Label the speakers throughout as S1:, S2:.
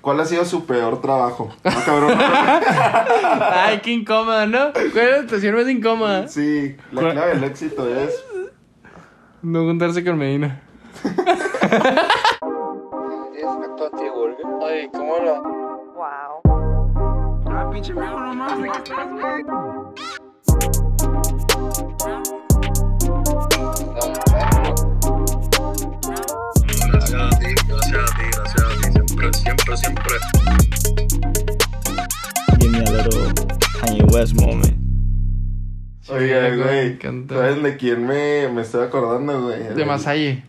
S1: ¿Cuál ha sido su peor trabajo? No, cabrón.
S2: Ay, qué incómodo, ¿no? ¿Cuál es la situación más incómoda?
S1: Sí, la
S2: ¿Cuál?
S1: clave del éxito es.
S2: No juntarse con Medina. Ay, ¿cómo lo?
S3: Wow.
S4: Gracias a ti, gracias a ti, gracias a ti, siempre, siempre, siempre.
S5: Give me a little Kanye West moment.
S1: Oye,
S2: güey,
S1: güey.
S2: encanta.
S1: ¿Sabes de quién me, me estoy acordando, güey?
S2: De Masalle.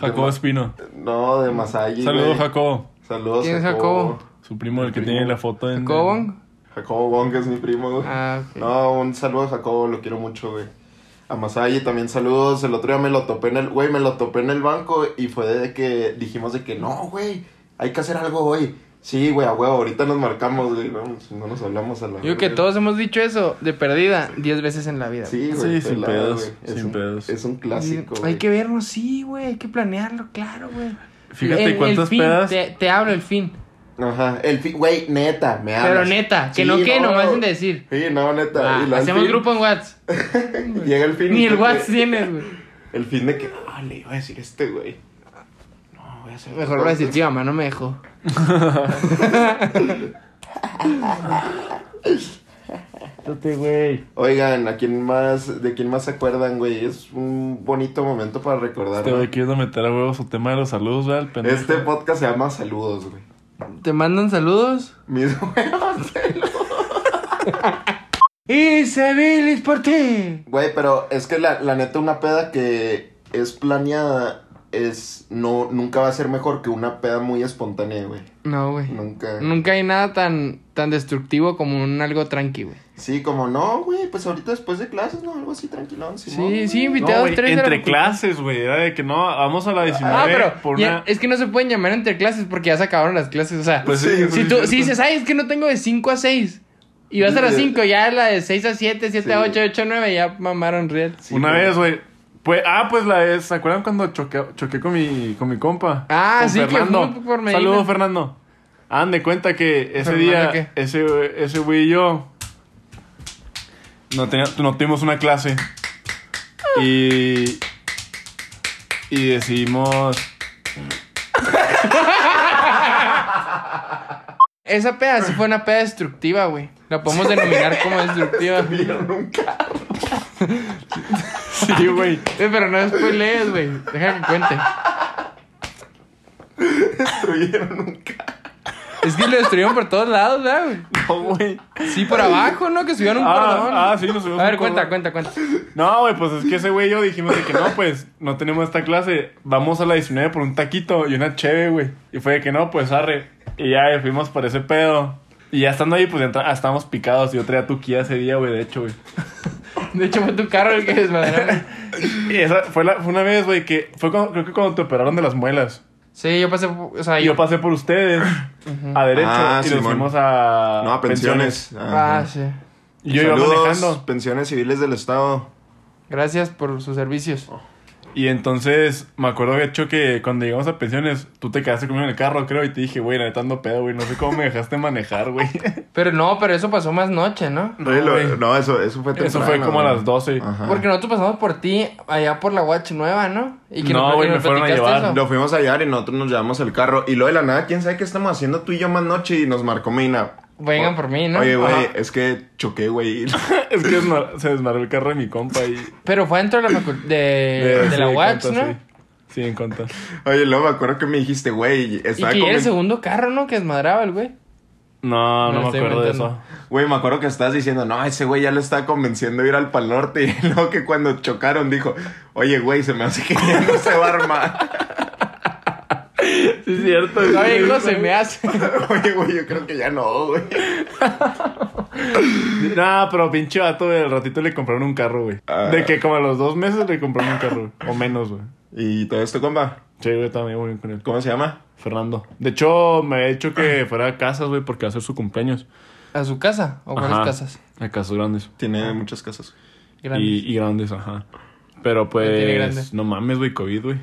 S6: Jacobo Espino.
S1: No, de Masayi.
S6: Saludos,
S1: güey.
S6: Jacobo.
S1: Saludos,
S2: ¿Quién es Jacobo?
S6: Su primo, el que tiene la foto en.
S2: ¿Cobong?
S1: Jacobo Wong que es mi primo, güey.
S2: Ah, ok.
S1: No, un saludo a Jacobo, lo quiero mucho, güey. A Masayi también saludos. El otro día me lo topé en el, güey, me lo topé en el banco y fue de que dijimos de que no, güey, hay que hacer algo hoy. Sí, güey, a huevo, ahorita nos marcamos, güey, no, pues, no nos hablamos a la.
S2: Yo creo que
S1: verga.
S2: todos hemos dicho eso de perdida 10 veces en la vida.
S1: Sí,
S6: Sí,
S1: güey,
S6: sin
S1: pelada,
S6: pedos,
S1: güey. Es
S6: sin
S1: un,
S6: pedos.
S1: Es un clásico,
S2: Sí,
S1: güey.
S2: Hay que vernos, sí, güey. Hay que planearlo, claro, güey.
S6: Fíjate
S2: El- el
S6: cuántas
S2: fin,
S6: pedas.
S2: Te, te hablo el fin.
S1: Ajá, el fin, güey, neta, me hablas.
S2: Pero neta, que
S1: Sí,
S2: no que nomás sin decir.
S1: Sí, no, neta.
S2: Va,
S1: y lo- al
S2: hacemos
S1: fin-
S2: grupo en WhatsApp.
S1: Llega el fin. y
S2: Ni el
S1: que-
S2: WhatsApp tienes, güey.
S1: El fin de que, ah, le iba a decir este, güey. No, voy a hacer.
S2: Mejor voy a decir, tío, mamá no me dejó.
S1: Oigan, ¿a quién más, de quién más se acuerdan, güey? Es un bonito momento para recordar.
S6: Este
S1: ¿no?
S6: güey quiso meter a huevo su tema de los saludos, ¿verdad? El pendejo.
S1: Este podcast se llama Saludos, güey.
S2: Te mandan saludos.
S1: Mis huevos.
S2: Y Sevilis por ti.
S1: Güey, pero es que la, la neta, una peda que es planeada es. No, nunca va a ser mejor que una peda muy espontánea, güey.
S2: No, güey.
S1: Nunca.
S2: Nunca hay nada tan, tan destructivo como un algo tranqui, güey.
S1: Sí, como no, güey, pues ahorita después de clases, ¿no? Algo así tranquilón.
S2: Sí,
S1: Simón, güey.
S2: sí,
S6: No,
S2: invitados
S6: güey,
S2: tres de la
S6: entre
S2: facultad.
S6: clases, güey. Era de que no, vamos a la 19.
S2: Ah, pero
S6: por
S2: ya-
S6: una...
S2: es que no se pueden llamar entre clases porque ya se acabaron las clases. O sea,
S6: Pues sí, pues
S2: si
S6: sí,
S2: tú
S6: es
S2: si
S6: cierto.
S2: dices, ay, es que no tengo de 5 a 6 y vas a las
S1: Sí.
S2: 5, ya la de 6 a 7, 7 a
S1: Sí.
S2: 8, 8 a 9, ya mamaron real.
S1: Sí,
S6: una
S1: güey.
S6: vez, güey. Pues, ah, pues la vez. ¿Se acuerdan cuando choqué, choqué con, mi, con mi compa?
S2: Ah,
S6: Con
S2: sí, que
S6: Fernando.
S2: fue por Medina.
S6: Saludos, Fernando. Hagan de cuenta que ese
S2: ¿Fernando
S6: día,
S2: qué?
S6: ese, ese güey y yo no, tenía- no tuvimos una clase. Y. Y decidimos.
S2: Esa peda sí fue una peda destructiva, güey. La podemos denominar como destructiva. Eh,
S6: Sí, güey.
S2: Pero no spoilees, güey. Deja que cuente.
S1: Destruyeron un carro,
S2: Es que lo destruyeron por todos lados, ¿verdad, Oh, güey?
S6: No, güey.
S2: Sí, por abajo, ¿no? Que subieron un cordón.
S6: Ah, ah, sí, nos subimos
S2: a ver,
S6: un cordón.
S2: cuenta, cuenta, cuenta.
S6: No, güey, pues es que ese güey y yo dijimos de que no, pues no tenemos esta clase. Vamos a la 19 por un taquito y una cheve, güey. Y fue de que no, pues arre. Y ya eh, fuimos por ese pedo. Y ya estando ahí, pues entra- ah, estábamos picados. Yo traía tu Kia ese día, güey, de hecho, güey.
S2: De hecho, fue tu carro el que desmadraron.
S6: Y esa fue, la, fue una vez, güey, que fue cuando- creo que cuando te operaron de las muelas.
S2: Sí, yo pasé. por- O sea,
S6: Y yo pasé por ustedes a derecho
S1: Ah,
S6: y nos
S1: Simón.
S6: fuimos a.
S1: No, a pensiones. Ajá.
S2: Ah, sí.
S6: Y yo iba
S1: Saludos,
S6: manejando.
S1: Pensiones civiles del Estado.
S2: Gracias por sus servicios.
S6: Y entonces me acuerdo de hecho que cuando llegamos a pensiones, tú te quedaste conmigo en el carro, creo, y te dije, güey, la neta ando pedo, güey, no sé cómo me dejaste manejar, güey.
S2: Pero no, pero eso pasó más noche, ¿no?
S1: Oye, lo-
S6: güey.
S1: no, eso, eso fue
S6: Eso fue como a las 12.
S1: Ajá.
S2: Porque nosotros pasamos por ti allá por la Guache Nueva, ¿no? Y
S6: No,
S2: nos-
S6: güey,
S2: nos
S6: me fueron a
S2: platicaste
S6: llevar.
S1: Lo fuimos a hallar y nosotros nos llevamos el carro. Y luego de la nada, quién sabe qué estamos haciendo tú y yo más noche. Y nos marcó Mina.
S2: Vengan por mí, ¿no?
S1: Oye, güey,
S6: Ajá.
S1: es que choqué, güey.
S6: es que desma- se desmaró el carro de mi compa y...
S2: Pero fue dentro de la, facu- de, Eh, de
S6: sí,
S2: la
S6: en
S2: Guache,
S6: contra,
S2: ¿no?
S6: Sí. Sí, en contra.
S1: Oye, luego me acuerdo que me dijiste, güey,
S2: Y
S1: estaba
S2: que era el
S1: comen-
S2: segundo carro, ¿no? Que desmadraba el güey.
S6: No,
S2: Me
S6: no
S2: lo
S6: me,
S2: estoy
S6: acuerdo de
S2: inventando.
S6: eso.
S1: Güey, me acuerdo que estabas diciendo, no, ese güey ya lo está convenciendo de ir al Pal Norte. Y luego que cuando chocaron dijo, oye, güey, se me hace que ya no se va a armar.
S6: Sí, es cierto.
S2: Oye, no se me hace.
S1: oye, güey, yo creo que ya no, güey.
S6: No, pero pinche vato, güey, al ratito le compraron un carro, güey.
S1: Ah.
S6: De que como a los dos meses le compraron un carro, güey. O menos, güey.
S1: ¿Y todo esto, compa?
S6: Sí, güey, también, güey, con él.
S1: ¿Cómo se llama?
S6: Fernando. De hecho, me ha dicho que fuera a casas, güey, porque va a ser su cumpleaños.
S2: ¿A su casa? ¿O cuáles
S6: Ajá,
S2: casas?
S6: A casas grandes.
S1: Tiene muchas casas.
S2: Grandes.
S6: Y, y grandes, ajá. Pero
S2: tiene
S6: pues,
S2: grande.
S6: no mames, güey, COVID, güey.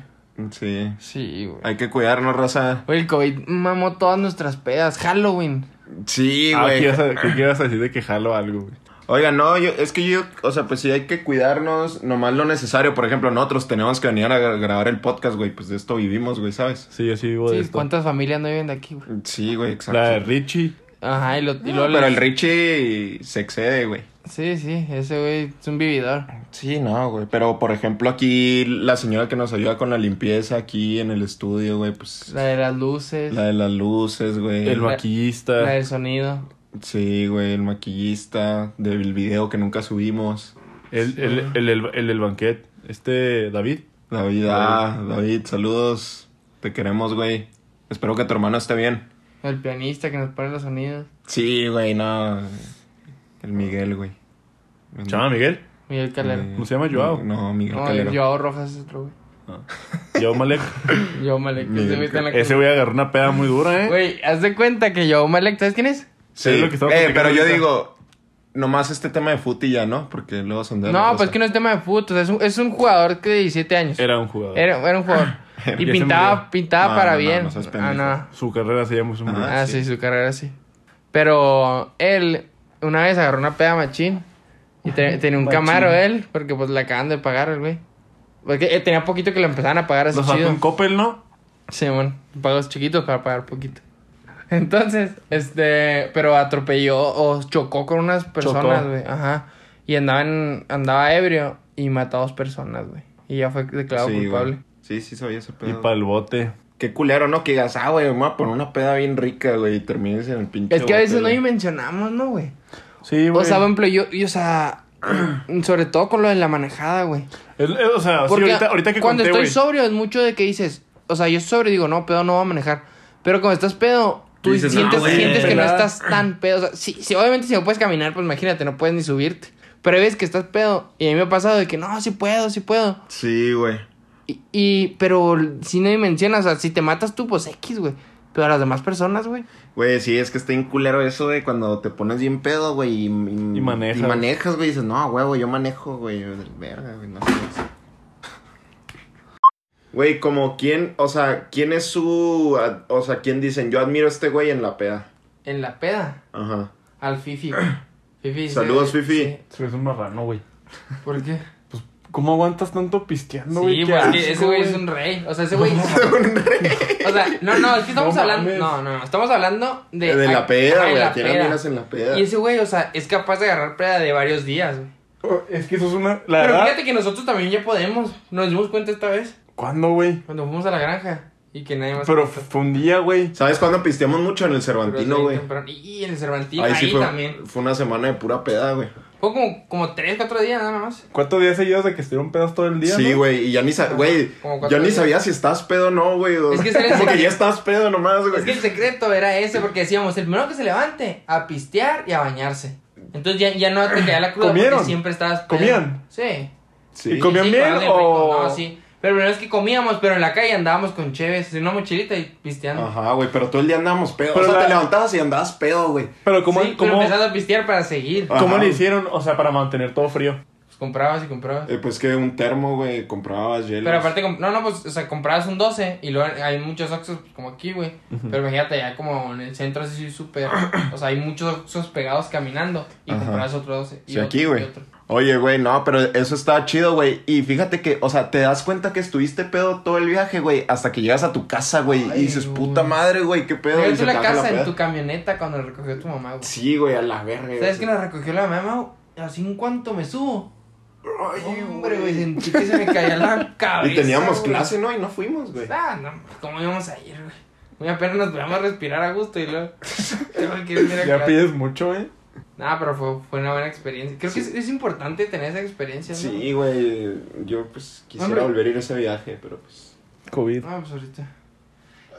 S1: Sí.
S2: Sí, güey.
S1: Hay que cuidarnos, raza.
S2: Güey, el COVID mamó todas nuestras pedas. Halloween.
S1: Sí,
S6: Ah, ¿qué
S1: güey.
S6: ibas a- ¿Qué ibas a decir de que jalo algo, güey?
S1: Oiga, no, yo, es que yo, o sea, pues sí hay que cuidarnos, nomás lo necesario. Por ejemplo, nosotros tenemos que venir a gra- grabar el podcast, güey, pues de esto vivimos, güey, ¿sabes?
S6: Sí, yo sí vivo de
S2: Sí,
S6: esto.
S2: ¿cuántas familias no viven de aquí, güey?
S1: Sí, güey,
S6: La de
S1: exacto.
S6: Richie.
S2: Ajá, y, lo, y luego
S1: Ah, Pero
S2: les-
S1: el Richie se excede, güey.
S2: Sí, sí, ese güey es un vividor.
S1: Sí, no, güey. Pero, por ejemplo, aquí la señora que nos ayuda con la limpieza aquí en el estudio, güey, pues...
S2: La
S1: La,
S2: de las luces,
S1: de las luces, güey.
S6: El
S2: la
S6: maquillista.
S2: del sonido.
S1: Sí, güey, el maquillista del video que nunca subimos.
S6: El, el, el, el, el del banquet. Este, David.
S1: David, ah, David, saludos. Te queremos, güey. Espero que tu hermano esté bien.
S2: El pianista que nos pone los sonidos.
S1: Sí, güey, no. El Miguel, güey. Eh,
S6: ¿Se llama Miguel?
S2: Miguel Calero.
S6: ¿Cómo se llama, Joao?
S1: No, Miguel
S2: No,
S1: Calero.
S2: Joao Rojas es otro güey.
S6: Yo, Malek.
S2: Joao Malek.
S1: Miguel
S2: Ese güey está en la
S6: Ese güey agarró una peda muy dura, ¿eh?
S2: Güey, haz de cuenta que Joao Malek, ¿sabes quién es?
S1: Sí,
S6: Es lo que estamos
S1: eh,
S6: platicando
S1: pero yo
S6: ahorita.
S1: digo, nomás este tema de fútbol ya, ¿no? Porque luego son de... la
S2: No,
S1: raza.
S2: pues que no es tema de fútbol. o sea, Es un, es un jugador que de 17 años. Era,
S6: Era un jugador.
S2: era un jugador.
S6: Ya
S2: Y
S6: se
S2: pintaba,
S6: murió.
S2: pintaba
S1: No,
S2: para
S1: no, no,
S2: bien.
S1: no seas
S2: ah,
S1: pendejo.
S2: no.
S6: Su carrera se llama su
S1: Ajá.
S2: Ah,
S1: Ah, sí.
S2: sí. su carrera sí. Pero él una vez agarró una peda machín. Y te- tenía un camaro él, porque pues le acaban de pagar al güey. Porque eh, tenía poquito que le empezaban a pagar así
S6: Lo sacó
S2: chido.
S6: un Coppel, ¿no?
S2: Sí, bueno, pagos chiquitos para pagar poquito. Entonces, este, pero atropelló o chocó con unas personas,
S6: Chocó.
S2: güey. Ajá. Y andaban, andaba ebrio y mató a dos personas, güey. Y ya fue declarado
S1: Sí,
S2: culpable.
S1: güey. Sí, sí, soy ese
S6: Y
S1: pedo.
S6: para el bote.
S1: Qué culero, ¿no? Que digas, ah, güey, me voy a poner una peda bien rica, güey, y termines en el pinche.
S2: Es que a veces no
S1: bote, güey.
S2: dimensionamos, ¿no, güey?
S6: Sí, güey.
S2: O sea, por ejemplo, yo, yo, o sea, sobre todo con lo de la manejada, güey.
S6: Es- es- o sea, Ah, sí,
S2: Porque
S6: ahorita, ahorita que
S2: cuando
S6: conté,
S2: estoy
S6: güey.
S2: sobrio es mucho de que dices, o sea, yo sobrio digo, no, pedo, no voy a manejar. Pero cuando estás pedo, tú
S1: Dices, no,
S2: sientes,
S1: güey.
S2: sientes que no
S6: Pelada.
S2: estás tan pedo. O sea, sí, sí, obviamente si no puedes caminar, pues imagínate, no puedes ni subirte. Pero hay veces que estás pedo y a mí me ha pasado de que no, sí puedo, sí puedo.
S1: Sí, güey.
S2: Y, y- pero si no dimensionas, o sea, si te matas tú, pues X, güey. Pero a las demás personas, güey.
S1: Güey, sí, es que está bien culero eso de cuando te pones bien pedo, güey, y, y,
S6: Y manejas.
S1: Y manejas, güey, y dices, no, huevo, yo manejo, güey, verga, güey, no sé. Güey, como quién, o sea, quién es su, ad- o sea, quién dicen, yo admiro a este güey en la peda.
S2: En la peda,
S1: Ajá.
S2: al Fifi, güey. Fifi, sí,
S1: Saludos,
S2: sí.
S1: Fifi.
S6: Tú eres un marrano, güey.
S2: ¿Por qué?
S6: ¿Cómo aguantas tanto pisteando, güey?
S2: sí,
S6: Qué
S2: pues es que
S6: asco,
S2: ese güey es un rey. O sea, ese güey. O sea, no, no, es que estamos
S6: No
S2: hablando.
S6: mames.
S2: No, no, no. Estamos hablando de.
S1: De, la
S2: ajá,
S1: peda,
S2: de
S1: güey,
S2: la
S1: ¿a quién
S2: peda.
S1: admiras en la peda?
S2: Y ese güey, o sea, es capaz de agarrar peda de varios días, güey.
S6: Oh, Es que eso es una... La
S2: Pero
S6: verdad...
S2: fíjate que nosotros también ya podemos. Nos dimos cuenta esta vez.
S6: ¿Cuándo, güey?
S2: Cuando fuimos a la granja. Y que nadie más.
S6: Pero fue un día, güey.
S1: ¿Sabes cuándo pisteamos mucho? En el
S2: Pero
S1: Cervantino,
S2: sí,
S1: güey.
S2: temprano. Y en el Cervantino, ahí,
S1: Ahí sí fue,
S2: también.
S1: fue una semana de pura peda, güey.
S2: Fue como, como tres, cuatro días nada más.
S6: ¿Cuántos días seguidos de que estuvieron pedos todo el día,
S1: Sí,
S6: no?
S1: güey, y ya ni, sa- güey,
S2: Como cuatro
S1: yo ni
S2: días.
S1: sabía si estás pedo o no, güey. o-
S2: Es que ese-
S1: como que ya estás pedo nomás, güey.
S2: Es que el secreto era ese, porque decíamos, el primero que se levante, a pistear y a bañarse. Entonces ya, ya no te caía la cruda
S6: ¿Comieron?
S2: porque siempre estabas... pedo.
S6: ¿Comían?
S2: Sí.
S1: Sí.
S6: ¿Y comían
S2: Sí,
S6: bien
S2: con alguien
S6: o...?
S2: rico, No, sí. Pero primero es que comíamos, pero en la calle andábamos con cheves, en una mochilita y
S6: Ah.
S2: pisteando.
S1: Ajá, güey, pero todo el día andábamos pedo.
S6: Pero
S1: o sea,
S6: la-
S1: te levantabas y andabas pedo, güey.
S6: Pero ¿cómo,
S2: sí, pero
S6: cómo,
S2: empezando a pistear para seguir.
S1: Ah.
S6: cómo
S1: Ajá.
S6: le hicieron? O sea, para mantener todo frío.
S2: Pues comprabas y comprabas.
S1: Eh, pues que un termo, güey, comprabas hielo.
S2: Pero aparte, comp- no, no, pues, o sea, comprabas un 12 y luego hay muchos Oxxos pues, como aquí, güey. Pero imagínate, ya como en el centro así súper, o sea, hay muchos Oxxos pegados caminando y
S1: Ajá.
S2: comprabas otro 12. Y
S1: Sí, aquí,
S2: otro, y
S1: güey.
S2: otro.
S1: Oye, güey, no, pero eso está chido, güey. Y fíjate que, o sea, te das cuenta que estuviste pedo todo el viaje, güey, hasta que llegas a tu casa, güey.
S2: Ay,
S1: Y dices,
S2: güey.
S1: puta madre, güey, qué pedo.
S2: Pero
S1: y
S2: tú
S1: se te
S2: la
S1: baja
S2: casa
S1: peda.
S2: en tu camioneta cuando la recogió tu mamá, güey.
S1: Sí, güey, a la verga.
S2: ¿Sabes
S1: güey.
S2: que la recogió la mamá, Mau? Así en cuanto me subo.
S1: Ay,
S2: Hombre, güey, sentí que se me caía la cabeza.
S1: Y teníamos
S2: güey.
S1: clase, ¿no? Y no fuimos, güey.
S2: Ah, no, ¿cómo íbamos a ir, güey? Muy apenas nos podíamos respirar a gusto y luego. Tengo que ir a
S6: Ya
S2: clase.
S6: pides mucho, ¿eh?
S2: Nah, pero fue, fue una buena experiencia. Creo que es, es importante tener esa experiencia, ¿no?
S1: Sí, güey. Yo, pues, quisiera
S2: Hombre.
S1: volver a ir a ese viaje, pero pues.
S6: COVID.
S2: No, pues ahorita.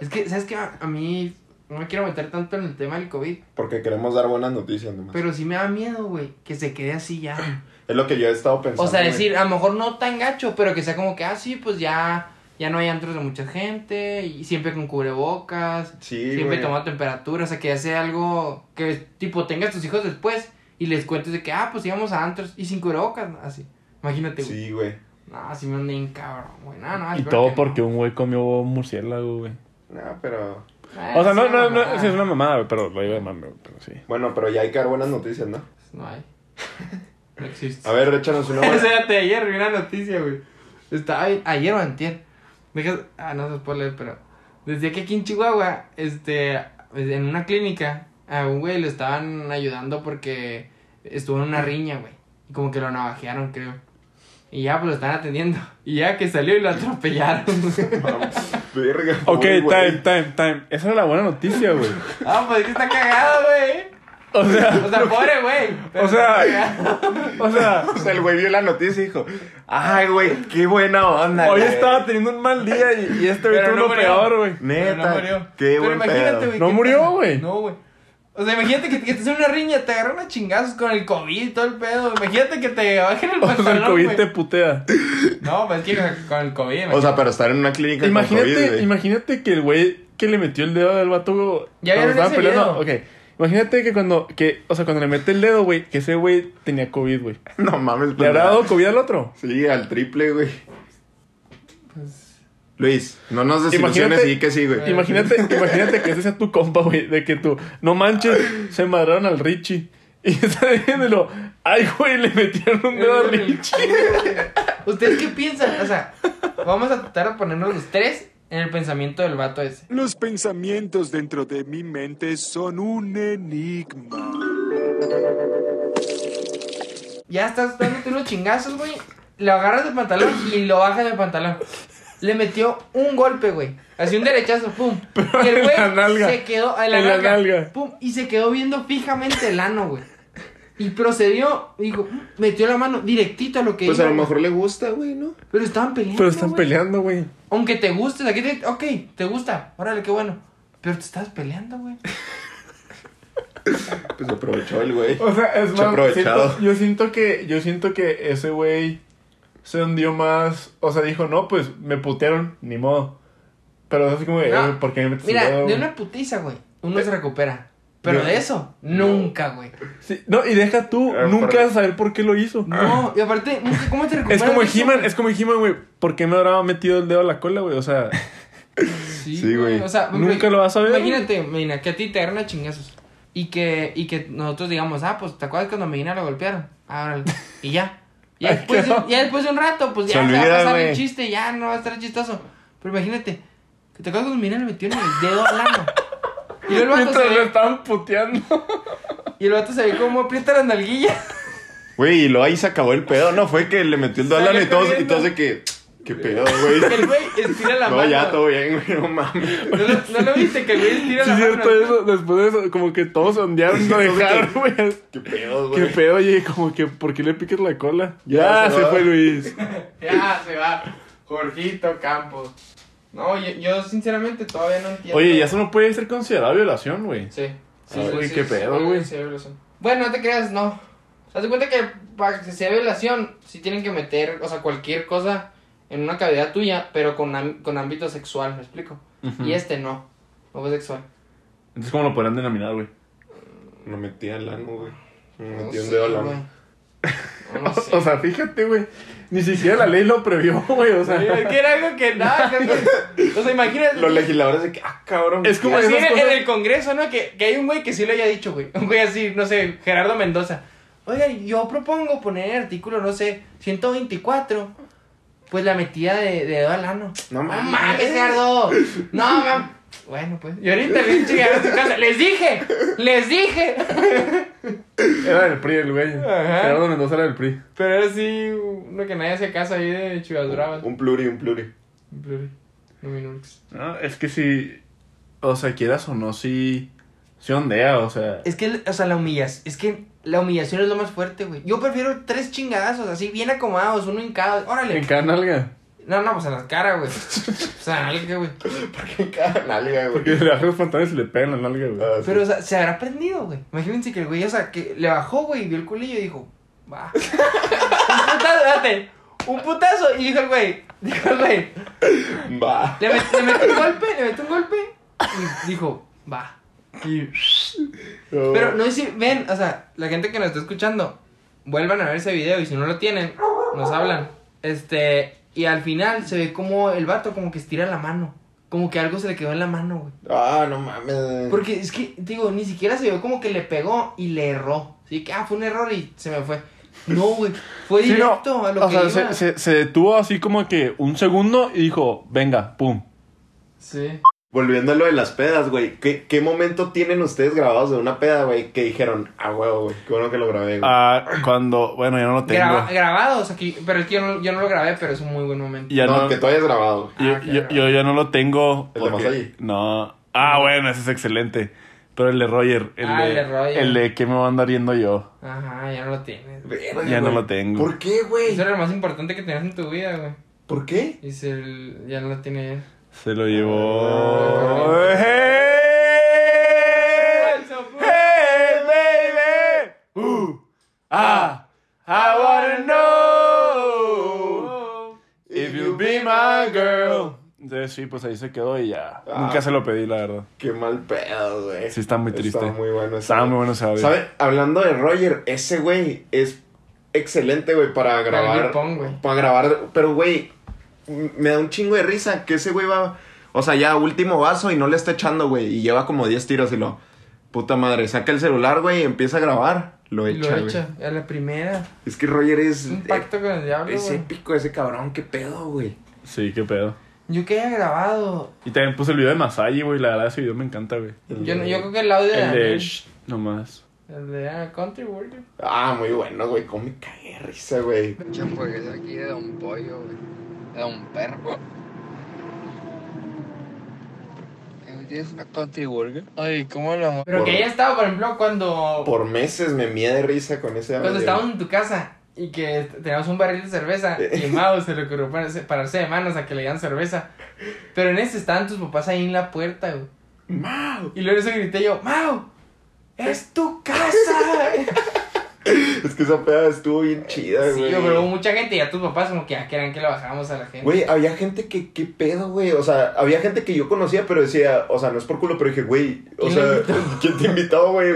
S2: Es que, ¿sabes qué? A, a mí no me quiero meter tanto en el tema del COVID,
S1: Porque queremos dar buenas noticias nomás.
S2: pero sí me da miedo, güey, que se quede así ya.
S1: Es lo que yo he estado pensando.
S2: O sea,
S1: güey.
S2: decir, a lo mejor no tan gacho, pero que sea como que, ah, sí, pues ya, ya no hay antros de mucha gente, y siempre con cubrebocas,
S1: Sí,
S2: siempre
S1: güey.
S2: tomando temperatura, o sea, que hace algo que, tipo, tengas tus hijos después y les cuentes de que, ah, pues íbamos a antros y sin cubrebocas, así. Imagínate, güey.
S1: Sí, güey.
S2: No, sí me andé bien cabrón, güey. No, no,
S6: Y
S2: espero Ah, que
S6: todo
S2: no.
S6: porque un güey comió murciélago, güey.
S1: No, pero.
S2: Eh,
S6: O sea,
S2: sí,
S6: no, no, no,
S2: mamada.
S6: sí, es una mamada, güey, pero lo digo de mame, güey, pero sí.
S1: Bueno, pero ya hay que dar buenas noticias, ¿no?
S2: No hay. No existe.
S1: A ver, échanos una buena.
S2: Espérate, ayer vi una noticia, güey. Estaba ahí- ayer o antier. Deja- ah, no se puede leer, pero. Decía que aquí en Chihuahua, este, en una clínica, a un güey lo estaban ayudando porque estuvo en una riña, güey. Y como que lo navajearon, creo. Y ya, pues lo están atendiendo. Y ya que salió y lo atropellaron.
S1: Verga,
S6: Ok,
S1: uy, güey.
S6: time, time, time. Esa era la buena noticia, güey.
S2: ah, pues es que está cagado, güey.
S6: O sea,
S2: O sea, pobre, güey. pero
S6: O sea,
S2: está cagado.
S6: o sea,
S1: O sea, el güey vio la noticia y dijo: Ay, güey, qué buena onda.
S6: hoy
S1: güey".
S6: estaba teniendo un mal día y, y este güey
S2: Pero
S6: tuvo
S2: no
S6: uno
S2: murió.
S6: peor, güey.
S1: Neta,
S2: Pero no murió.
S1: qué
S2: Pero
S1: buen
S2: imagínate,
S1: pedo.
S2: güey.
S6: No
S2: ¿qué
S6: murió,
S2: pasa?
S6: güey.
S2: No, güey. O sea, imagínate que, que estés en una riña, te agarran a chingazos con el COVID y todo el pedo. Imagínate que te bajen el
S6: O sea,
S2: pantalón,
S6: Pues el COVID
S2: güey.
S6: te putea.
S2: No, pues es que con el COVID,
S1: O sea,
S2: imagínate.
S1: para estar en una clínica.
S6: Imagínate,
S1: con COVID, güey.
S6: imagínate que el güey que le metió el dedo al vato,
S2: ¿Ya
S6: güey, cuando
S2: vieron
S6: estaban
S2: ese
S6: peleando,
S2: video?
S6: ok. Imagínate que cuando, que, o sea, cuando le mete el dedo, güey, que ese güey tenía COVID, güey.
S1: No mames,
S6: ¿Le
S1: pues,
S6: habrá
S1: nada.
S6: dado COVID al otro?
S1: Sí, al triple, güey. Luis, no nos desilusiones
S6: Imagínate-
S1: y di que sí, güey.
S6: Imagínate, imagínate que ese sea tu compa, güey, de que tú, no manches, se madraron al Richie. Y está diciéndolo, ay, güey, le metieron un dedo al Richie.
S2: ¿Ustedes qué piensan? O sea, vamos a tratar de ponernos los tres en el pensamiento del vato ese.
S3: Los pensamientos dentro de mi mente son un enigma.
S2: Ya estás dándote unos chingazos, güey. Lo agarras del pantalón y lo bajas del pantalón. Le metió un golpe, güey. Así un derechazo, pum. y el
S6: en la
S2: güey
S6: nalga.
S2: se quedó en la,
S6: En la
S2: nalga,
S6: nalga.
S2: Pum. Y se quedó viendo fijamente el ano, güey. Y procedió, dijo, metió la mano directito a lo que
S1: Pues
S2: iba,
S1: a lo
S2: güey.
S1: mejor le gusta, güey, ¿no?
S2: Pero estaban peleando.
S6: Pero están
S2: güey.
S6: peleando, güey.
S2: Aunque te guste, aquí te, ok, te gusta, órale, qué bueno. Pero te estabas peleando, güey.
S1: Pues aprovechó el güey.
S6: O sea, es
S1: Se
S6: más,
S1: aprovechado.
S6: siento- yo siento que, yo siento que ese güey se hundió más, o sea, dijo, no, pues, me putearon, ni modo. Pero es así como,
S2: No.
S6: eh, ¿por qué me metes el
S2: Mira,
S6: dedo,
S2: de
S6: güey?
S2: una putiza, güey, uno se recupera. Pero de eso, nunca, güey.
S6: Sí, no, y deja tú,
S1: Ah,
S6: nunca
S1: por-
S6: vas a saber por qué lo hizo.
S2: No, y aparte, ¿cómo te recuperas?
S6: Es como
S2: de eso,
S6: He-Man,
S2: güey?
S6: es como He-Man, güey. ¿Por qué me habrá metido el dedo a la cola, güey? O sea,
S2: Sí,
S1: Sí, güey.
S2: güey. O sea,
S6: Nunca
S2: güey,
S6: lo vas a ver,
S2: Imagínate, mira, que a ti te agarran a chingazos. Y que, y que nosotros digamos, ah, pues, ¿te acuerdas cuando a Medina lo golpearon? Ahora, y ya. Ya
S6: Ay,
S2: después, de,
S6: no.
S2: ya después de un rato, pues
S1: Se
S2: ya se, va
S1: olvida,
S2: a pasar
S1: güey.
S2: el chiste, ya no va a estar chistoso. Pero imagínate, que te acuerdas cuando Medina le metió en el dedo al ano. Y luego el vato
S6: mientras
S2: se
S6: lo
S2: ve,
S6: estaban puteando.
S2: y el vato se ve como aprieta las nalguillas.
S1: Güey, y luego ahí se acabó el pedo, ¿no? Fue que le metió el dólar
S2: Salió
S1: y todos, y
S2: corriendo.
S1: todos de que. ¿Qué pedo, güey?
S2: El güey estira la
S1: No,
S2: mano.
S1: ya, todo bien, güey, no mames.
S2: ¿No, lo, no lo viste? Que el güey estira
S6: Sí,
S2: la mano.
S6: cierto, eso. Después de eso, como que todos se ondearon, lo dejaron, güey.
S1: ¿Qué pedo,
S6: Qué
S1: güey?
S6: pedo, oye, como que, ¿por qué le piques la cola?
S1: Ya
S6: Ya,
S1: se
S6: se
S1: va.
S6: fue Luis.
S2: Ya se va. Jorgito Campos. No, yo, yo sinceramente todavía no entiendo.
S6: Oye, ya eso no puede ser considerado violación, güey.
S2: Sí. Sí,
S6: Ay,
S2: sí,
S6: güey,
S2: sí,
S6: qué
S2: sí,
S6: pedo,
S2: sí,
S6: güey.
S2: sí, violación. Bueno, no te creas, no. Haz de cuenta que para que sea violación, sí tienen que meter, o sea, cualquier cosa en una cavidad tuya, pero con, am- con ámbito sexual, ¿me explico? Y este no, no fue sexual.
S6: Entonces, ¿cómo lo podrán denominar, güey?
S1: Me metí al ano, güey. Me
S2: No
S1: metí un
S2: sé,
S1: dedo al
S2: güey.
S1: ano.
S2: No, no sé.
S6: Ah, O, o sea, fíjate, güey. Ni siquiera la ley lo previó, güey. O sea,
S2: Sí, es que era algo que nada. que- O sea, imagínate.
S1: Los legisladores de que, ah, cabrón.
S6: Es como
S2: Así
S6: esas
S2: en,
S6: cosas-
S2: en el Congreso, ¿no? Que, que hay un güey que sí lo haya dicho, güey. Un güey así, no sé, Gerardo Mendoza. Oiga, yo propongo poner en el artículo, no sé, 124, pues la metida de, de dedo al ano.
S1: No
S2: ¡No
S1: mames.
S2: mames, Gerardo! ¡No mames! Bueno, pues. Y ahorita el pinche Gerardo en su casa. ¡Les dije! ¡Les dije!
S6: era del PRI, el güey.
S2: Ajá.
S6: Gerardo Mendoza era del PRI.
S2: Pero era así, uno que nadie hace caso ahí de Chivas
S1: Un pluri, un pluri.
S6: No, es que si. O sea, quieras o no, sí. Sí ondea, o sea.
S2: Es que, o sea, la humillación, es que la humillación es lo más fuerte, güey. Yo prefiero tres chingadazos, así bien acomodados, uno hincado. Órale.
S6: En cada nalga.
S2: No, no, pues en la cara, güey. O sea, en la güey.
S1: Qué canalga,
S6: Porque
S1: güey.
S6: le bajan los pantalones y le pegan la nalga, güey.
S1: Ah, sí.
S2: Pero, o sea, se habrá prendido, güey. Imagínense que el güey, o sea, que le bajó, güey, y vio el culillo y dijo, va. un putazo, date. Un putazo. Y dijo el güey, dijo el güey,
S1: Va.
S2: le, met- le metió un golpe, le metió un golpe. Y dijo, va. Y- Pero no sé si, ven, o sea, la gente que nos está escuchando, vuelvan a ver ese video y si no lo tienen, nos hablan. Este, y al final se ve como el vato como que estira la mano. Como que algo se le quedó en la mano, güey.
S1: Ah, no mames.
S2: Porque es que, digo, ni siquiera se vio como que le pegó y le erró. Así que, ah, fue un error y se me fue. No, güey. Fue
S6: Sí, no,
S2: directo a lo
S6: o
S2: que
S6: sea,
S2: iba.
S6: se, se- se detuvo así como que un segundo y dijo, venga, pum.
S2: Sí.
S1: Volviendo a lo de las pedas, güey. ¿Qué, qué momento tienen ustedes grabados de una peda, güey? Que dijeron, ah, huevo, güey. Qué bueno que lo grabé, güey.
S6: Ah, cuando, bueno, ya no lo tengo.
S2: Graba- grabados aquí. Pero es que yo no, yo no lo grabé, pero es un muy buen momento.
S6: Ya
S1: no,
S6: no,
S1: que tú hayas grabado, güey.
S6: yo,
S2: Ah, ok,
S6: yo-
S2: ok.
S6: yo ya no lo tengo.
S1: ¿El de
S6: porque-
S1: Masai?
S6: No. Ah, bueno, ese es excelente. Pero el de Roger. El
S2: Ah,
S6: de,
S2: el de Roger.
S6: El de que me va a andar yendo yo.
S2: Ajá, ya no lo tienes. güey.
S1: Verga,
S6: Ya no
S1: güey.
S6: lo tengo.
S1: ¿Por qué, güey?
S2: Eso era lo más importante que tenías en tu vida, güey.
S1: ¿Por qué?
S2: Y se l- ya no lo tiene él.
S6: Se lo llevó. ¡Eh,
S2: Ah.
S6: ¡Hey! ¡Hey, eh, baby! ¡Uh! ¡Ah! I wanna know if you'll be my girl. Entonces, sí, pues ahí se quedó y ya.
S1: Ah.
S6: Nunca se lo pedí, la verdad.
S1: Qué mal pedo, güey.
S6: Sí, está muy triste.
S1: Está muy bueno. ese
S6: Estaba
S1: güey.
S6: muy bueno ese audio.
S1: ¿Sabe? Hablando de Roger, ese güey es excelente, güey, para
S2: Para el
S1: grabar.
S2: beer pong, güey.
S1: Para grabar. Pero, güey, m- me da un chingo de risa que ese güey va. O sea, ya último vaso y no le está echando, güey. Y lleva como 10 tiros y lo. Puta madre, saca el celular, güey, y empieza a grabar. Lo echa,
S2: lo
S1: güey.
S2: echa. A la primera.
S1: Es que Roger es. eh,
S2: Es un pacto con el diablo,
S1: Es
S2: güey.
S1: épico ese cabrón, qué pedo, güey.
S6: Sí, qué pedo.
S2: Yo que haya grabado.
S6: Y también puse el video de Masai, güey. La verdad, ese video me encanta, güey.
S2: Yo, no- yo creo que el audio
S6: El de
S2: Daniel-
S6: Shh, nomás.
S2: El de ah, Country World.
S1: Ah, muy bueno, güey. Cómo me cagué de risa, güey.
S7: hamburguesa aquí de Don Pollo, güey. De Don Perro. ¿Tienes una country burger? Ay, ¿cómo lo
S2: Pero
S1: Por-
S2: que haya estado, por ejemplo, cuando.
S1: Por meses me mía de risa con ese
S2: Cuando
S1: audio.
S2: estábamos en tu casa y que teníamos un barril de cerveza
S1: Eh.
S2: y Mau se le ocurrió pararse, pararse de manos a que le dieran cerveza. Pero en ese estaban tus papás ahí en la puerta, güey. ¡Mau! Y luego en eso grité yo, ¡Mau! ¡Es tu casa!
S1: Es que esa peda estuvo bien chida,
S2: sí,
S1: güey.
S2: pero hubo mucha gente y a tus papás como que ya querían que le bajáramos a la gente.
S1: Güey, había gente que, qué pedo, güey. O sea, había gente que yo conocía, pero decía, o sea, no es por culo, pero dije, güey, o
S2: ¿Quién
S1: sea,
S2: lo invitó?
S1: ¿quién te invitó, güey?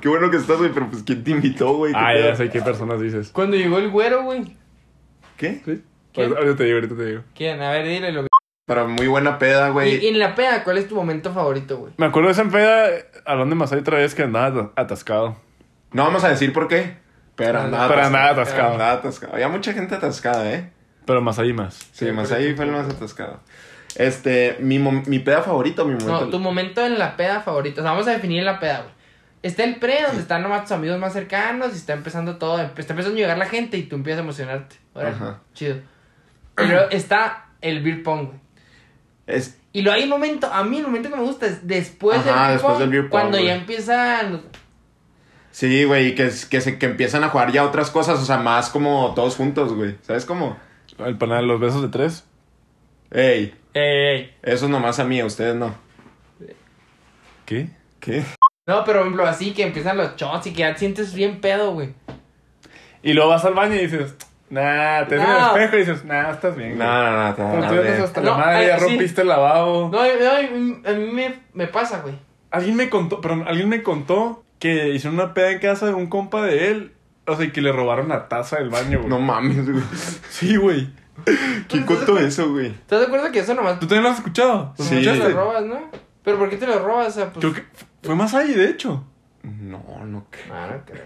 S1: Qué bueno que estás, güey, pero pues, ¿quién te invitó, güey? ¿Qué
S6: Ah,
S1: pedo?
S6: ya sé qué personas dices.
S2: Cuando llegó el güero, güey.
S1: ¿Qué?
S6: ¿Sí?
S2: ¿Quién?
S6: Ahorita te digo, ahorita te digo.
S2: ¿Quién? A ver, dile lo
S1: Pero muy buena peda,
S2: Y, y
S1: güey.
S2: en la peda, ¿cuál es tu momento favorito, güey?
S6: Me acuerdo de esa peda, hablando de Masai otra vez, que andaba atascado.
S1: No vamos a decir por qué, pero
S2: No,
S1: andaba
S6: pero andaba
S1: atascado.
S6: atascado.
S1: Andaba atascado. Había mucha gente atascada, ¿eh?
S6: Pero Masai más.
S1: Sí, más ahí fue el más atascado. Este, mi, mom- mi peda favorito, mi momento.
S2: No, tu momento en la peda favorito. O sea, vamos a definir la peda, güey. Está el pre, donde están nomás tus amigos más cercanos y está empezando todo. empe- Está empezando a llegar la gente y tú empiezas a emocionarte. Órale,
S1: Ajá.
S2: Chido. Pero está el beer pong, güey.
S1: Es-
S2: Y lo hay un momento, a mí el momento que me gusta es después,
S1: Ajá,
S2: del, beer
S1: después
S2: pong,
S1: del beer pong,
S2: Cuando
S1: güey.
S2: ya empiezan.
S1: sí, güey, que, es- que, se- que empiezan a jugar ya otras cosas, o sea, más como todos juntos, güey. ¿Sabes cómo?
S6: El panal, los besos de tres.
S1: Ey,
S2: Ey, ey.
S1: eso nomás a mí, a ustedes no.
S6: ¿Qué?
S1: ¿Qué?
S2: No, pero por ejemplo, así que empiezan los shots y que ya te sientes bien pedo, güey.
S6: Y luego vas al baño y dices, nah, te ves en el
S2: No.
S6: espejo y dices, nah, estás bien. güey".
S1: No, no, no,
S6: Pero
S1: no, no,
S6: tú ya estás
S1: no.
S6: hasta la
S2: No,
S6: madre,
S2: eh,
S6: ya
S2: sí.
S6: rompiste el lavabo.
S2: No, yo- yo- a mí, me, me pasa, güey.
S6: Alguien me contó, perdón, alguien me contó que hicieron una peda en casa de un compa de él. O sea, y que le robaron la taza del baño, güey.
S1: No mames, güey.
S6: Sí, güey.
S1: ¿Quién contó eso, güey?
S2: ¿Estás de acuerdo que eso nomás
S6: ¿Tú también lo has escuchado? ¿Lo
S1: Sí.
S2: te lo
S6: escuchaste?
S2: robas, no? ¿Pero por qué te lo robas? O sea, pues-
S6: Creo que fue más ahí, de hecho.
S1: No, no creo.
S2: Ah, no creo.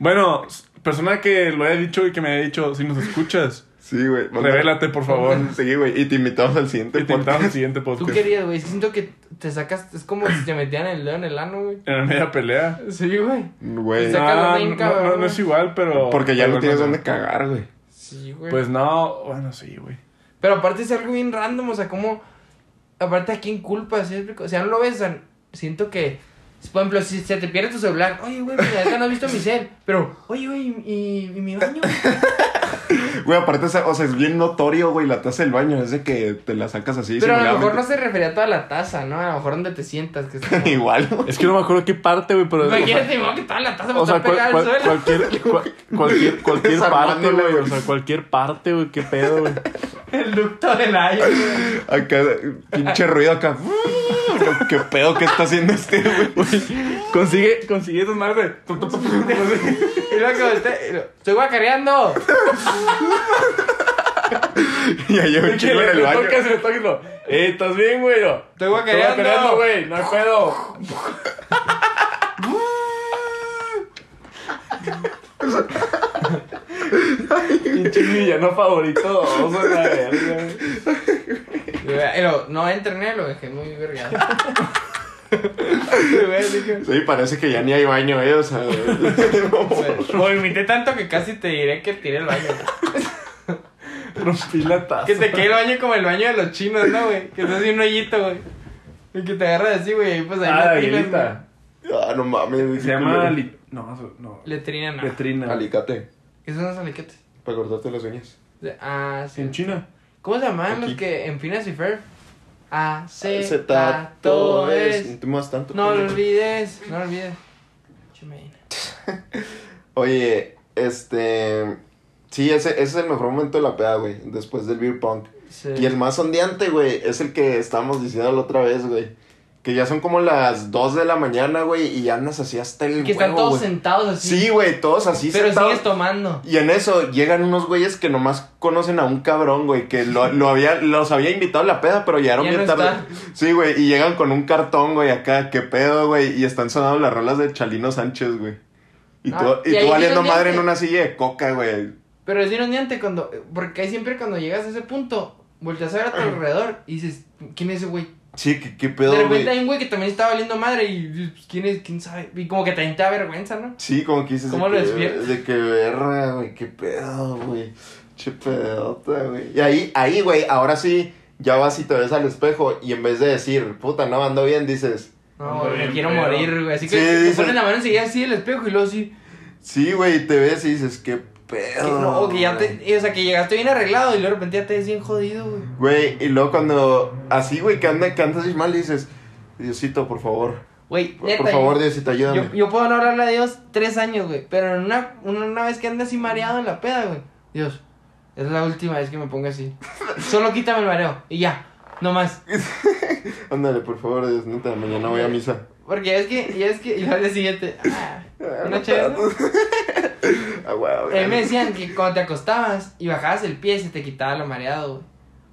S6: Bueno, s- persona que lo haya dicho y que me haya dicho, si nos escuchas,
S1: Sí, güey. manda-
S6: revélate, por favor.
S1: Sí, güey. Y te invitamos al siguiente
S6: Y te invitamos al
S1: podcast.
S6: siguiente
S2: Tú
S6: podcast.
S2: querías, güey. Es que Siento que te sacas. Es como si te metían el dedo en el ano, güey.
S6: En la media pelea.
S2: Sí, güey.
S1: Güey.
S2: Saca- Sácalo
S6: Ah,
S2: bien,
S6: no,
S2: cabrón,
S6: no, no
S2: güey.
S6: es igual, pero.
S1: Porque ya
S6: pero
S1: no tienes
S6: bueno.
S1: dónde cagar, güey.
S2: Sí, güey.
S6: Pues no, bueno, sí, güey.
S2: Pero aparte es algo bien random, o sea, como. Aparte, ¿a quién culpa? ¿Sí me explico? O sea, no lo ves. o sea, siento que. Por ejemplo, si se te pierde tu celular, oye, güey, mira, acá no has visto mi cel. Pero, oye, güey, ¿y, y- y mi baño?
S1: Güey, aparte, o sea, es bien notorio, güey, la taza del baño. Es de que te la sacas así.
S2: Pero a lo mejor
S1: simuladamente.
S2: no se refería a toda la taza, ¿no? A lo mejor donde te sientas. Que es como-
S1: Igual, güey.
S6: Es que no me acuerdo qué parte, güey, pero.
S2: Imagínate, güey, que toda la taza me
S6: O sea,
S2: está
S6: cual-
S2: pegada al
S6: cual-
S2: suelo.
S6: cualquier, cual- cualquier, cualquier parte,
S1: Desarmándola,
S6: güey.
S1: güey.
S6: O sea, cualquier parte, güey, qué pedo, güey.
S2: El ducto del aire. güey.
S1: Acá, pinche ruido acá. ¿Qué pedo que está haciendo este, güey?
S6: Consigue, consigue esas madres. de-
S2: Y luego, este, y luego, estoy guacareando.
S1: Y ahí llevo
S6: Le
S1: un chingo en el baño.
S6: tocas, le tocas y lo, "Eh, ¿estás bien, güey? Yo,
S2: Estoy guacareando.
S6: Estoy guacareando, güey, no hay pedo. Pinche villano favorito, vamos a la verga. güey.
S2: Pero no entrené, lo dejé muy vergado. Le voy a decir que-
S1: Sí, parece que ya ni hay baño, eh, o sea.
S2: pues, Lo vomité tanto que casi te diré que tiré el baño.
S6: Rompí la taza.
S2: Que te quede el baño como el baño de los chinos, ¿no, güey? Que estás así un hoyito, güey. Y que te agarras así, güey. y pues ahí
S6: Ah, la
S2: la tiras,
S6: aguilita.
S1: ah, no mames, güey,
S6: Se
S1: qué
S6: llama...
S1: culero.
S6: li- No, eso- no.
S2: güey. Letrina, no.
S6: Letrina.
S1: alicate.
S2: Esos son los aliquetes.
S1: Para cortarte las uñas.
S2: De- Ah, sí.
S6: En China.
S2: ¿Cómo se llamaban
S1: Aquí.
S2: los que en Phineas y Ferb?
S1: Acetato
S2: Acetatoes.
S1: No te muevas tanto.
S2: No lo
S1: pendejo.
S2: olvides, no lo olvides. Chimena.
S1: Oye, este. Sí, ese, ese es el mejor momento de la peda, güey. Después del beer punk.
S2: Sí.
S1: Y el más ondeante, güey, es el que estábamos diciendo la otra vez, güey. Que ya son como las 2 de la mañana, güey, y ya andas así hasta el
S2: Que están
S1: huevo,
S2: todos
S1: güey.
S2: sentados así.
S1: Sí, güey, todos así
S2: Pero
S1: sentados.
S2: sigues tomando.
S1: Y en eso llegan unos güeyes que nomás conocen a un cabrón, güey, que lo, lo había, los había invitado a la peda, pero llegaron
S2: Ya
S1: bien
S2: no
S1: tarde.
S2: está.
S1: Sí, güey, y llegan con un cartón, güey, acá, qué pedo, güey, y están sonando las rolas de Chalino Sánchez, güey. Y tú,
S2: Ah,
S1: y
S2: y
S1: tú
S2: ahí sí
S1: valiendo
S2: nos
S1: madre en
S2: diste.
S1: una silla de coca, güey.
S2: Pero es un diante cuando. Porque ahí siempre cuando llegas a ese punto, volteas a ver a tu alrededor y dices, ¿quién es ese güey?
S1: Sí, qué, qué
S2: De
S1: pedo,
S2: repente
S1: güey.
S2: hay un güey que también está valiendo madre y dices, "Pues, quién es, quién sabe. Y como que también te da vergüenza, ¿no?
S1: Sí, como que dices
S2: ¿Cómo
S1: de,
S2: lo
S1: que,
S2: despiertas?
S1: de que verga, güey, qué pedo, güey. Che pedota, güey. Y ahí, ahí, güey, ahora sí, ya vas y te ves al espejo y en vez de decir, puta, no ando bien, dices,
S2: No,
S6: Ando
S2: güey, me
S6: bien
S2: quiero
S6: pedo.
S2: morir, güey. Así
S1: Sí,
S2: que te
S1: dice-
S2: ponen la mano enseguida así en el espejo y luego así.
S1: sí, güey, y te ves y dices, qué
S2: que
S1: pedo.
S2: no, o que ya
S1: güey".
S2: te. O sea, que llegaste bien arreglado y luego de repente ya te ves bien jodido, güey.
S1: Güey, y luego cuando así, güey, que, anda, que andas mal, dices, Diosito, por favor.
S2: Güey,
S1: Por,
S2: neta,
S1: por favor,
S2: yo-
S1: Diosito, ayúdame.
S2: Yo, yo puedo no hablarle a Dios tres años, güey. Pero en una, una, una vez que ande así mareado en la peda, güey. Dios, es la última vez que me ponga así. Solo quítame el mareo y ya, no más.
S1: Ándale, por favor, Dios, neta, mañana voy a misa.
S2: Porque ya es que, ya es que, y al día siguiente, ah, una chévere, ¿no?
S1: Ah, güey,
S2: A
S1: güey.
S2: mí me decían que cuando te acostabas y bajabas el pie se te quitaba lo mareado, güey.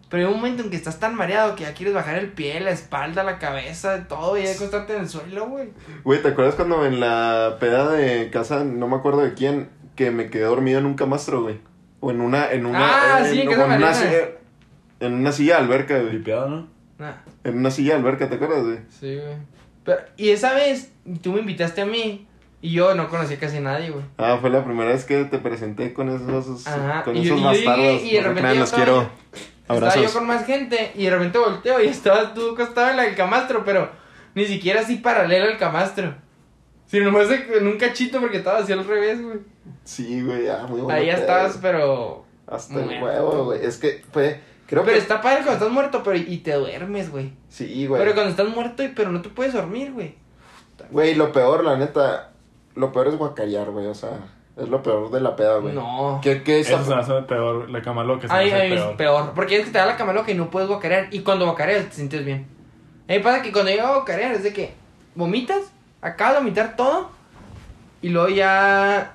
S2: Pero hay un momento en que estás tan mareado que ya quieres bajar el pie, la espalda, la cabeza, todo y ya acostarte en el suelo, güey.
S1: Güey, ¿te acuerdas cuando en la peda de casa, no me acuerdo de quién, que me quedé dormido en un camastro, güey? O en una, en una,
S2: Ah,
S1: en,
S2: sí, en
S1: o
S2: casa
S1: en una
S2: Mariana.
S1: silla, en una silla de alberca, güey.
S6: Limpiado, ¿no?
S2: Nah.
S1: En una silla de alberca, ¿te acuerdas, güey?
S2: Sí, güey. Pero, y esa vez tú me invitaste a mí y yo no conocía casi a nadie, güey.
S1: Ah, fue la primera vez que te presenté con esos,
S2: Ajá,
S1: con
S2: y yo-
S1: esos
S2: y yo llegué
S1: bastardos.
S2: y de
S1: No se
S2: repente
S1: crean,
S2: yo
S1: los
S2: estaba-
S1: quiero.
S2: Estaba yo
S1: Abrazos.
S2: con más gente y de repente volteo y estabas tú acostado en la del camastro, pero ni siquiera así paralelo al camastro. Sino nomás de- en un cachito porque estaba así al revés, güey.
S1: Sí, güey, ah, muy bueno.
S2: Ahí ya estabas, pero...
S1: Hasta el
S2: muerto.
S1: huevo, güey. Es que fue, creo
S2: Pero
S1: que...
S2: está padre cuando estás muerto pero y te duermes, güey.
S1: Sí, güey.
S2: Pero cuando estás muerto y pero no te puedes dormir, güey.
S1: Güey, lo peor, la neta, lo peor es guacarear, güey, o sea, es lo peor de la peda, Ah, güey.
S2: No.
S1: ¿Qué, qué es
S6: Eso se me hace peor, la cama loca se me
S2: A mí, a
S6: hace
S2: mí es
S6: peor.
S2: peor. Porque es que te da la cama loca y no puedes guacarear. Y cuando guacareas te sientes bien. A mí me pasa que cuando llego a guacarear es de que vomitas, acabas de vomitar todo. Y luego ya.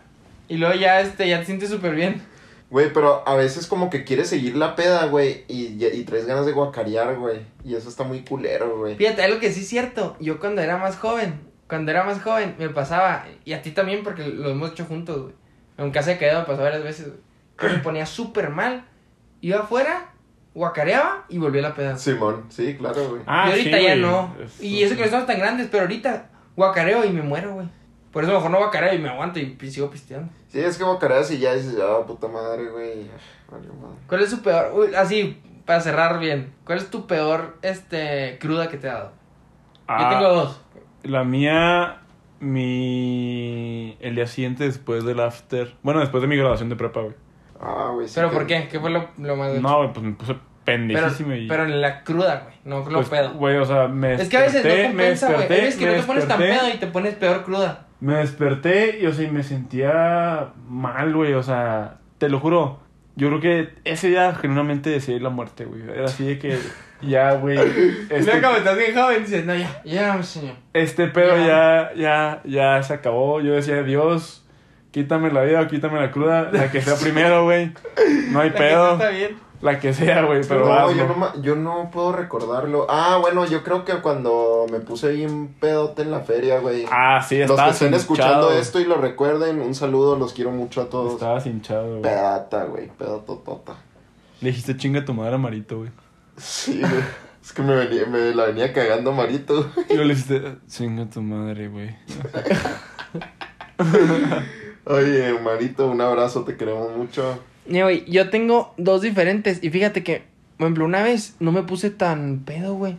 S2: Y luego ya, este, ya te sientes súper bien.
S1: Güey, pero a veces como que quieres seguir la peda, güey, y, y traes ganas de guacarear, güey, y eso está muy culero, güey.
S2: Fíjate, algo que sí es cierto. Yo cuando era más joven, cuando era más joven, me pasaba. Y a ti también, porque lo hemos hecho juntos, güey. En casa de quedado me pasó varias veces, güey. Que me ponía súper mal. Iba afuera, guacareaba y volví a la peda.
S1: Simón, sí, claro, güey.
S6: Ah,
S2: y ahorita
S6: sí,
S2: ya
S6: güey.
S2: no. Y eso que no estamos tan grandes, pero ahorita guacareo y me muero, güey. Por eso mejor no guacareo y me aguanto y pi- sigo pisteando.
S1: Sí, es que guacareas y ya dices, ah, puta madre, güey, ah, valió madre.
S2: ¿Cuál es su peor? uy, así, para cerrar bien. ¿Cuál es tu peor este cruda que te ha dado?
S6: Ah,
S2: Yo tengo dos.
S6: La mía, mi... El día siguiente después del after. Bueno, después de mi graduación de prepa, güey.
S1: Ah, güey, sí.
S2: ¿Pero
S1: que-
S2: por qué? ¿Qué fue lo, lo más gacho?
S6: No, güey, pues me puse
S2: pero,
S6: pendejísimo y...
S2: pero en la cruda, güey. No lo
S6: pues,
S2: pedo.
S6: Güey, o sea, me
S2: es que a veces no
S6: desperté, me
S2: compensa, güey.
S6: desperté,
S2: Es que
S6: me
S2: no te pones tan
S6: desperté.
S2: pedo y te pones peor cruda.
S6: Me desperté y, o sea, y me sentía mal, güey. O sea, te lo juro. Yo creo que ese día genuinamente decidí la muerte, güey. Era así de que ya, güey. Este,
S2: estás bien joven, dices, no, ya. Ya, señor.
S6: este pedo
S2: Ya.
S6: ya, ya, ya se acabó. Yo decía, Dios, quítame la vida o quítame la cruda. La que sea primero, güey. No hay
S2: La gente
S6: pedo.
S2: Está bien.
S6: La que sea, güey, pero
S1: no,
S6: hazlo.
S1: yo no, ma- yo no puedo recordarlo. Ah, bueno, yo creo que cuando me puse bien pedote en la feria, güey.
S6: Ah, sí,
S1: los
S6: estabas
S1: que estén escuchando
S6: hinchado.
S1: esto y lo recuerden, un saludo, los quiero mucho a todos.
S6: Estabas hinchado, güey.
S1: Pedata, güey, pedatotota.
S6: Le dijiste chinga tu madre a Marito, güey.
S1: Sí, güey. Es que me, venía, me la venía cagando Marito.
S6: Y luego le dijiste chinga tu madre, güey.
S1: Oye, Marito, un abrazo, te queremos mucho.
S2: Mira, güey, yo tengo dos diferentes. Y fíjate que, por ejemplo, una vez no me puse tan pedo, güey.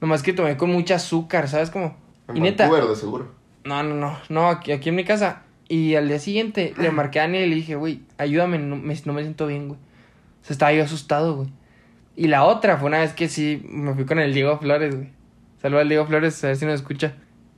S2: Nomás que tomé con mucha azúcar, ¿sabes cómo?
S1: En
S2: Y neta.
S1: Vancouver, de seguro.
S2: No, no, no. No, aquí, aquí en mi casa. Y al día siguiente le marqué a Dani y le dije, güey, ayúdame, no me, no me siento bien, güey. O sea, estaba yo asustado, güey. Y la otra fue una vez que sí me fui con el Diego Flores, güey. Saludos al Diego Flores, a ver si nos escucha.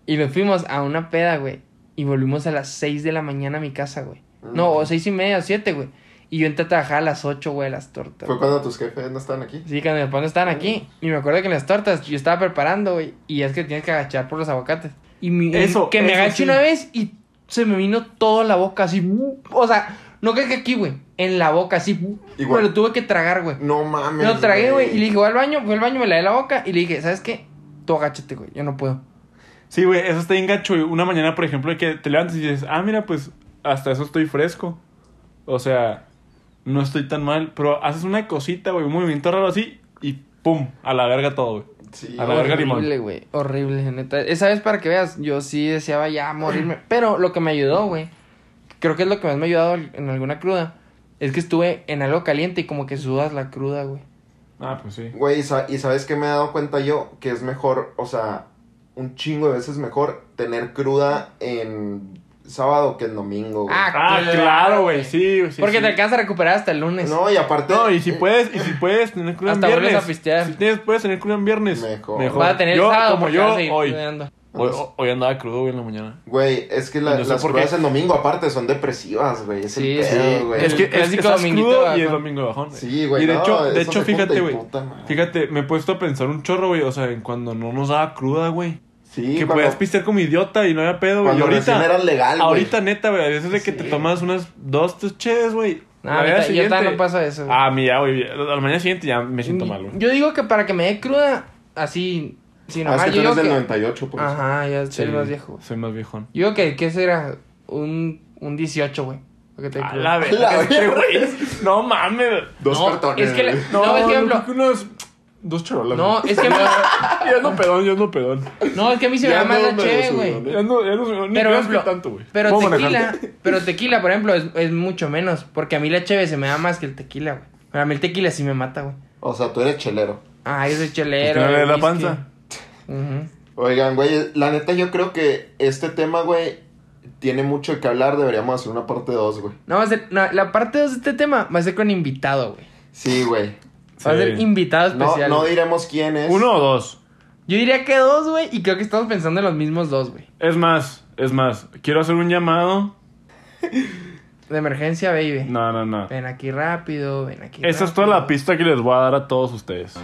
S2: Y nos fuimos a una peda, güey. Y volvimos a las 6 de la mañana a mi casa, güey. No, o seis y media, o 7, güey. Y yo entré a trabajar a las 8, güey, a las tortas.
S1: Fue cuando tus jefes no estaban aquí.
S2: Sí, cuando mis papás no estaban aquí. Y me acuerdo que en las tortas yo estaba preparando, güey. Y es que tienes que agachar por los aguacates. Y mi-
S6: Eso,
S2: que me
S6: eso
S2: agaché
S6: sí.
S2: una vez y se me vino toda la boca así. O sea, no creo que aquí, güey. En la boca así.
S1: Igual.
S2: Me lo tuve que tragar, güey.
S1: No mames.
S2: Me lo tragué, güey. Y le dije, voy al baño. Fui al baño, me lavé la boca. Y le dije, ¿sabes qué? Tú agáchate, güey. Yo no puedo.
S6: Sí, güey, eso está bien gacho, güey. Una mañana, por ejemplo, que te levantas y dices, ah, mira, pues hasta eso estoy fresco. O sea, no estoy tan mal. Pero haces una cosita, güey, un movimiento raro así y ¡pum! A la verga todo, güey.
S1: Sí,
S6: A la verga, limón.
S2: Horrible, güey. Horrible, neta. Esa vez para que veas, yo sí deseaba ya morirme. Pero lo que me ayudó, güey. Creo que es lo que más me ha ayudado en alguna cruda. Es que estuve en algo caliente y como que sudas la cruda, güey.
S6: Ah, pues sí.
S1: Güey, y sa- y sabes que me he dado cuenta yo que es mejor, o sea, un chingo de veces mejor tener cruda en sábado que en domingo, güey.
S2: Ah,
S6: Ah, claro, güey, sí, güey, sí.
S2: Porque
S6: sí.
S2: te alcanzas a recuperar hasta el lunes.
S1: No, y aparte.
S6: No, y si puedes, y si puedes tener cruda en
S2: Hasta vuelves
S6: viernes.
S2: a pistear.
S6: Si tienes, puedes tener cruda en viernes.
S1: Mejor.
S2: Vas a tener el
S6: yo,
S2: sábado
S6: como
S2: porque
S6: yo,
S2: vas a seguir
S6: hoy.
S2: estudiando.
S6: Hoy, hoy andaba crudo, güey, en la mañana.
S1: Güey, es que la-
S6: No sé
S1: las
S6: por
S1: pruebas
S6: qué.
S1: en domingo aparte son depresivas, güey. Es el
S2: Sí,
S1: pedo,
S2: sí.
S1: güey.
S6: Es que
S2: El
S6: es,
S2: clásico
S6: estás
S2: dominguito
S6: crudo
S2: bajón.
S6: y el domingo de bajón.
S1: Sí, güey,
S6: Y de
S1: no,
S6: hecho, de
S1: eso
S6: hecho
S1: me junta
S6: fíjate,
S1: y
S6: güey.
S1: puta madre.
S6: Fíjate, me he puesto a pensar un chorro, güey. O sea, en cuando no nos daba cruda, güey.
S1: Sí,
S6: que
S1: cuando-
S6: podías pistear como idiota y no había pedo, güey. Y
S1: Cuando
S6: ahorita.
S1: recién era legal, güey. Ah,
S6: ahorita, neta, güey. A veces de que te tomas unas dos, tres cheves, güey.
S2: No,
S6: La
S2: ahorita-
S6: mañana
S2: yo todavía
S6: siguiente-
S2: no paso eso, güey.
S6: Ah, mira, güey. A la mañana siguiente ya me siento mal, güey.
S2: Yo digo que para que me dé cruda, así. Sin
S1: Ah, es que tú
S2: yo
S1: eres
S2: digo
S1: del
S2: que-
S1: 98, por eso.
S2: Ajá, ya
S6: Sí,
S2: soy el más viejo, güey.
S6: Soy más viejón.
S2: Yo digo que, ¿qué será? Un, un 18, güey. Lo que te dé
S6: A
S2: cruda.
S6: la verga, este güey. No mames.
S1: Dos
S2: No,
S1: cartones.
S2: es que la-
S1: güey.
S2: No, es que,
S6: yo
S2: ejemplo-
S6: creo que unos dos charolas.
S2: No,
S6: güey.
S2: es que a mí,
S6: Ya ando pedón, ya ando pedón.
S2: no, es que a mí se me
S1: Ya
S2: da más
S1: no
S2: la
S1: me
S2: cheve,
S1: lo
S2: güey.
S1: subieron,
S6: Ya no, ya no,
S2: Pero,
S6: ni creas
S2: ejemplo,
S6: que tanto, güey.
S2: pero
S6: Vamos
S2: tequila,
S6: manejando.
S2: pero tequila, por ejemplo, es, es mucho menos. Porque a mí la cheve se me da más que el tequila, güey. Pero a mí el tequila sí me mata, güey.
S1: O sea, tú eres chelero.
S2: Ay, ese
S6: Es que
S2: chelero.
S6: no le
S2: el
S6: da la
S2: whisky.
S6: panza.
S2: Ujú.
S1: Oigan, güey, la neta yo creo que este tema, güey, tiene mucho que hablar. Deberíamos hacer una parte 2, güey.
S2: No, va a ser, no, la parte 2 de este tema va a ser con invitado, güey.
S1: Sí, güey.
S2: Va a
S6: Sí.
S2: ser invitado
S1: No,
S2: especial.
S1: no
S2: güey.
S1: diremos quién es.
S6: Uno o dos.
S2: Yo diría que dos, güey. Y creo que estamos pensando en los mismos dos, güey.
S6: Es más, es más. Quiero hacer un llamado.
S2: De emergencia, baby.
S6: No, no, no.
S2: Ven aquí rápido, ven aquí
S6: Esa es toda
S2: rápido.
S6: la pista que les voy a dar a todos ustedes.